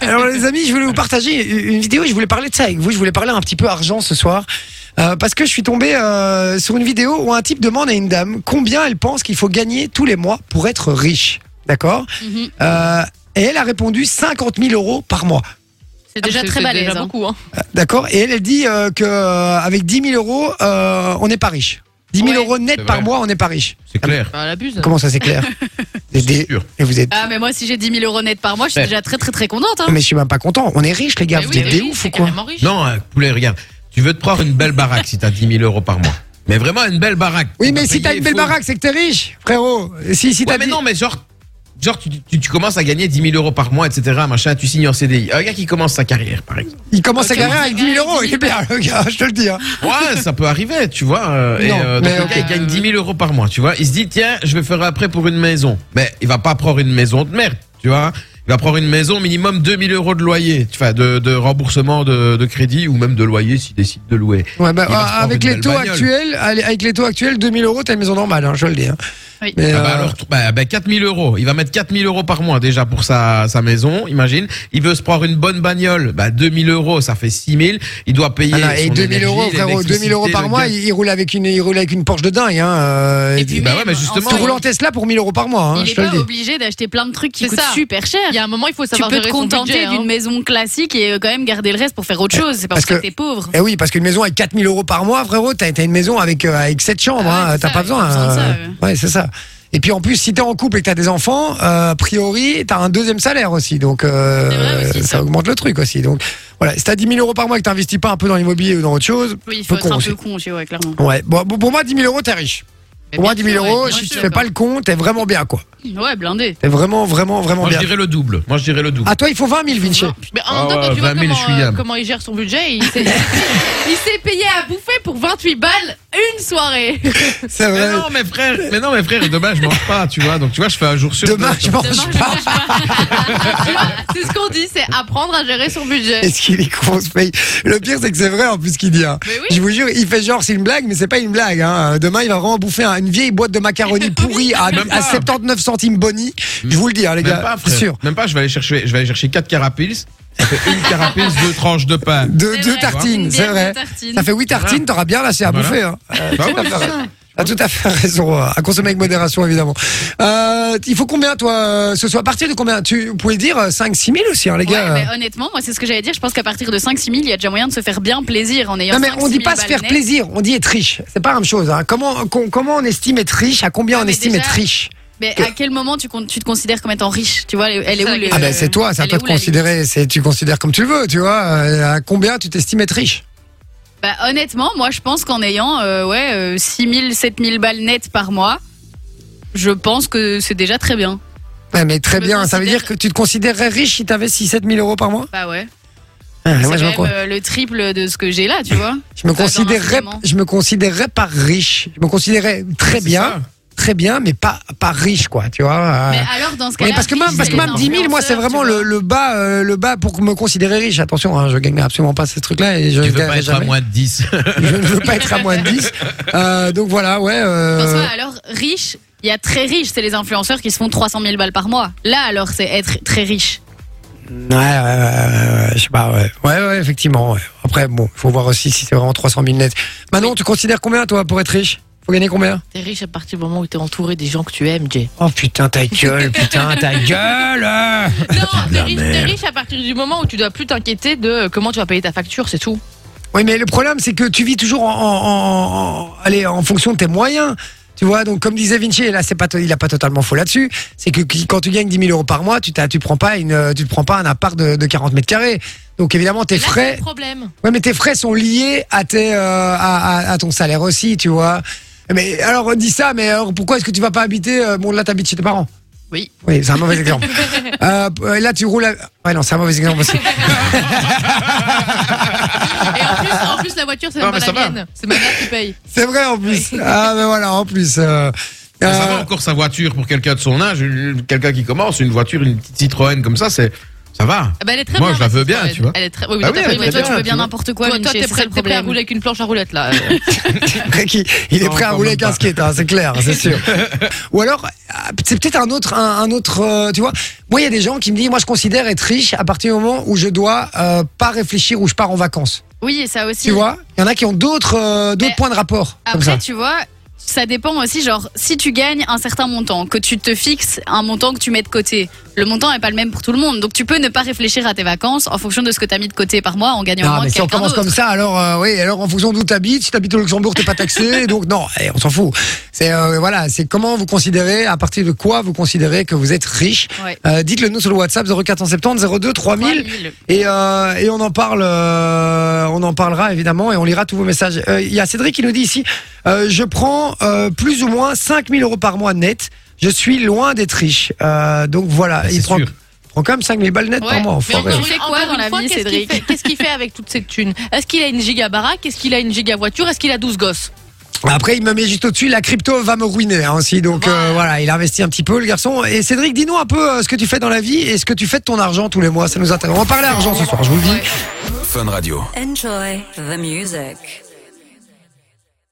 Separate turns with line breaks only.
Alors les amis, je voulais vous partager une vidéo. Je voulais parler de ça avec vous. Je voulais parler un petit peu argent ce soir. Euh, parce que je suis tombé euh, sur une vidéo où un type demande à une dame combien elle pense qu'il faut gagner tous les mois pour être riche. D'accord
Mhm.
Euh, Et elle a répondu 50 000 euros par mois.
C'est déjà très balèze.
déjà
hein.
beaucoup. Hein.
D'accord Et elle, elle dit euh, que euh, avec 10 000 euros, euh, on n'est pas riche. 10 000
Ouais.
euros net
C'est
par
vrai.
mois, on n'est pas riche.
C'est clair.
Bah, elle abuse.
Comment ça, c'est clair Et des-
sûr.
Et vous êtes.
Ah, mais moi, si j'ai 10 000 euros net par mois, je suis
Ouais.
déjà très, très, très contente. Hein.
Mais je suis même pas content. On est riche, les gars.
Mais
vous
oui,
êtes
mais
des
oui,
ouf
c'est
ou quoi
carrément riche.
Non, hein, poulet, regarde. Tu veux te prendre une belle baraque si t'as 10 000 euros par mois. Mais vraiment une belle baraque.
Oui,
On va
mais si
payer
t'as une belle
full.
baraque, c'est que t'es riche, frérot. Si, si
Ouais,
t'as
mais
dit-
non, mais genre, genre tu, tu, tu commences à gagner 10 000 euros par mois, etc. Machin, tu signes en CDI. Un gars qui commence sa carrière, par exemple.
Il commence
Ok,
à garer avec
on
10 000
gagne
euros. Il est bien, le gars, je te le dis. hein.
Ouais, ça peut arriver, tu vois. euh, et,
Non,
euh, donc
mais
le
ok.
gars, il gagne 10 000 euros par mois, tu vois. Il se dit, tiens, je vais faire après pour une maison. Mais il va pas prendre une maison de merde, tu vois. Il va prendre une maison minimum 2 000 euros de loyer, enfin de, de remboursement de, de crédit ou même de loyer s'il décide de louer.
Ouais, bah,
Il va se prendre
avec
une
les
belle
taux
bagnole.
actuels, allez, avec les taux actuels, 2000 euros, t'as une maison normale, hein, je le dis. hein.
Oui.
Mais,
Ah bah
euh,
alors, bah, bah, 4000 euros. Il va mettre 4000 euros par mois déjà pour sa, sa maison, imagine. Il veut se prendre une bonne bagnole. Bah, 2000 euros, ça fait 6000. Il doit payer.
voilà, Ah et
son
2000
énergie,
euros, frérot, 2000 euros par
l'électricité,
mois,
le gaz.
il, il roule avec une, il roule avec une Porsche de dingue. Hein, euh,
Et
il-
puis,
Bah
même,
ouais, mais justement,
en
tout
soi,
roule en Tesla pour 1000 euros par mois, hein,
il
je
est
te le
pas
dis.
obligé d'acheter plein de trucs qui
C'est
coûtent
ça.
super cher.
Il y a un moment, il faut
Tu
savoir
peux te
gérer son
contenter
budget, hein.
d'une maison classique et euh, quand même garder le reste pour faire autre chose. C'est pas
parce
parce que,
que-
t'es pauvre.
Eh oui, parce qu'une maison avec 4000 euros par mois, frérot, t'as t'as une maison avec, euh, avec 7 chambres,
Ah ouais,
hein,
c'est
t'as
ça,
pas
il faut
besoin.
besoin de ça,
euh, Ouais, c'est ça. Et puis en plus, si t'es en couple et que t'as des enfants, euh, a priori, t'as un deuxième salaire aussi. Donc euh,
C'est vrai aussi,
ça.
ça.
augmente le truc aussi. Donc voilà, si t'as 10 000 euros par mois et que t'investis pas un peu dans l'immobilier ou dans autre chose,
Oui, il
eh, peu
faut être
con
un
aussi.
peu con, chez ouais, clairement.
Ouais, bon, bon, pour moi, 10 000 euros, t'es riche.
hein.
Pour moi, 10 000 euros,
ouais,
si
bien
tu
sûr,
fais
quoi.
pas le con, t'es vraiment bien, quoi.
Ouais, blindé.
T'es vraiment, vraiment, vraiment
Moi, je
bien.
dirais le double. Moi, je dirais le double.
À toi, il faut 20 000, Vinci.
Mais en même
Ah
temps, quand
ouais,
tu vois
20 000
comment, euh,
chouïables.
comment il gère son budget, il s'est il s'est payé à bouffer pour 28 balles une soirée.
C'est
Mais non, mais frère, mais non, mais frère, demain, je mange pas, tu vois. Donc, tu vois, je fais un jour sur
Demain,
deux,
je
Demain,
mange
je
pas.
mange pas. Tu vois, c'est ce qu'on dit, c'est apprendre à gérer son budget.
Est-ce qu'il est con, ce mec Le pire, c'est que c'est vrai, en plus, ce qu'il dit. hein.
Mais oui.
Je vous jure, il fait genre, c'est une blague, mais c'est pas une blague. hein. Demain, il va vraiment bouffer un- une vieille boîte de macaroni pourrie à,
Même
à
pas.
79 centimes Bonnie. Je vous le dis, hein, les
Même
gars.
pas,
c'est
frère.
sûr.
Même pas, je vais aller chercher, je vais aller chercher quatre carapils. Ça fait une carapils, deux tranches de pain.
Deux,
C'est
deux
vrai, une
tartines,
bière,
c'est vrai.
deux tartines.
Ça fait 8 tartines, t'auras bien lâché à
Voilà.
bouffer. Hein. Euh,
Bah
tout à fait
ouais, c'est
raison.
ça.
T'as tout à fait raison, euh, à consommer avec modération évidemment. Euh, il faut combien toi euh, Ce soit à partir de combien Tu vous pouvez dire euh, 5 6 000 aussi, hein, les gars.
Ouais, mais honnêtement, moi, c'est ce que j'allais dire. Je pense qu'à partir de 5-6 000, il y a déjà moyen de se faire bien plaisir en ayant.
non mais
5
on
000
dit pas se
balles
faire
net.
plaisir, on dit être riche. C'est pas la même chose. Hein. Comment com- comment on estime être riche À combien
Ah,
on
mais
estime
déjà,
être riche
Mais
Que-
à quel moment tu, con- tu te considères comme étant riche Tu vois, elle elle est où
Ah,
le-
Ah ben c'est toi, c'est à
euh, elle
toi
est
de
où la
considérer. C'est tu considères comme tu le veux, tu vois. Euh, À combien tu t'estimes être riche
Bah, honnêtement, moi, je pense qu'en ayant euh, ouais, euh, 6 000, 7 000 balles nettes par mois, je pense que c'est déjà très bien.
Ouais, mais très
Je me
bien. Ça veut
considère-
dire que tu te considérerais riche si t'avais 6 7 000 euros par mois
Bah ouais.
Ah,
c'est
moi, je me
quand même euh, le triple de ce que j'ai là, tu vois.
Je me
Ça, dans
considérerais,
l'instrument.
je me considérerais pas riche. Je me considérais très
C'est
bien,
ça.
très bien, mais pas pas riche quoi, tu vois.
Mais
Euh,
alors, dans ce
oui,
cas-là.
parce que
riche,
même, parce que
c'est
même
les
10 000, moi, c'est
influenceurs,
vraiment
tu
le,
vois.
le bas, euh, le bas pour me considérer riche. Attention, hein, je gagne absolument pas ce truc-là et je
Tu
ne
veux pas
gagnerai
être à
jamais.
moins de 10.
Je ne veux pas être à moins de 10. Euh, donc voilà, ouais.
Dans ce
Euh...
cas, alors, riche, il y a très riche, c'est les influenceurs qui se font 300 000 balles par mois. Là, alors, c'est être très riche.
Ouais, ouais, ouais, ouais, ouais, je sais pas, ouais. Ouais, ouais, effectivement. ouais. Après, bon, faut voir aussi si c'est vraiment 300 000 net. Manon, tu considères combien, toi, pour être riche Faut gagner combien
T'es riche à partir du moment où t'es entouré des gens que tu aimes, Jay.
Oh putain, ta gueule, putain, ta gueule euh.
Non, t'es
Ah, la
riche, t'es
merde.
riche à partir du moment où tu dois plus t'inquiéter de euh, comment tu vas payer ta facture, c'est tout.
Oui, mais le problème, c'est que tu vis toujours en, en- en- en- allez, en fonction de tes moyens. Tu vois, donc comme disait Vinci, et là c'est pas, to- il a pas totalement faux là-dessus, c'est que qui- quand tu gagnes 10 000 euros par mois, tu t'as- tu prends pas une, euh, tu te prends pas un appart de, de 40 mètres carrés. Donc évidemment tes
Là, c'est
frais,
le problème.
ouais, mais tes frais sont liés à tes, euh, à, à- à ton salaire aussi, tu vois. Mais alors dis ça, mais alors, pourquoi est-ce que tu vas pas habiter, euh, bon là t'habites chez tes parents.
Oui.
Oui, c'est un mauvais exemple. Euh, p- euh, là tu roules, à... ouais non c'est un mauvais exemple aussi.
Et en plus, en plus, la voiture, c'est même
Non,
pas
mais
la
ça va.
mienne. C'est ma mère qui paye.
C'est vrai en plus. Ah mais voilà en plus. euh,
Mais Ah, Ça
euh,
va encore sa voiture pour quelqu'un de son âge, quelqu'un qui commence, une voiture, une petite Citroën comme ça, c'est Ça va
Ah bah, elle est très
Moi,
bien,
je la
ma
veux
petite
bien,
Fred.
tu vois.
Elle est très. Oui, mais
Bah
t'as
oui, elle
pas
est
eu, mais toi,
très
tu
bien,
veux
tu
bien
vois.
n'importe quoi.
Toi,
Vinci,
toi, t'es
c'est ça
prêt,
le
t'es prêt à
problème.
rouler avec une planche à roulettes là.
Après, qui- il est
Non,
prêt à
quand
rouler
même
avec un
pas.
skate, hein, c'est clair, c'est sûr. Ou alors, ah, c'est peut-être un autre, un, un autre, euh, tu vois. Moi, il y a des gens qui me disent, moi, je considère être riche à partir du moment où je dois euh, pas réfléchir où je pars en vacances.
Oui, et ça aussi.
Tu vois Il y en a qui ont d'autres, euh, d'autres
Mais
points de rapport. comme ça.
Après, tu vois, ça dépend aussi, genre, si tu gagnes un certain montant, que tu te fixes un montant que tu mets de côté, le montant n'est pas le même pour tout le monde. Donc, tu peux ne pas réfléchir à tes vacances en fonction de ce que tu as mis de côté par mois en gagnant
Non,
moins
mais
que
si on
quelqu'un
commence
d'autre.
comme ça, alors euh, oui, alors en fonction d'où t'habites, si t'habites au Luxembourg, t'es pas taxé, donc non, eh, on s'en fout. C'est euh, voilà, c'est comment vous considérez, à partir de quoi vous considérez que vous êtes riche.
Ouais.
Euh, Dites-le nous sur le WhatsApp 0470 02 3000 et euh, et on en parle, euh, on en parlera évidemment et on lira tous vos messages. Euh, Il y a Cédric qui nous dit ici, euh, je prends euh, plus ou moins 5000 euros par mois net. Je suis loin d'être riche, Euh, donc voilà.
Bah,
il
c'est
prend,
sûr.
prend quand même 5000 balles net par
Ouais,
mois.
mais
enfoiré.
encore Tu fais quoi
Encore
dans
une
la
fois,
vie,
qu'est-ce qu'il
Cédriric
fait- Qu'est-ce qu'il fait avec toute cette thune Est-ce qu'il a une giga baraque Est-ce qu'il a une giga voiture Est-ce qu'il a 12 gosses
Après, il me met juste au-dessus. La crypto va me ruiner hein, aussi. Donc euh,
Voilà.
voilà, il investit un petit peu, le garçon. Et Cédric, dis-nous un peu euh, ce que tu fais dans la vie et ce que tu fais de ton argent tous les mois. Ça nous intéresse. On va parler argent ce soir, je vous le dis.
Fun Radio.
Enjoy the music.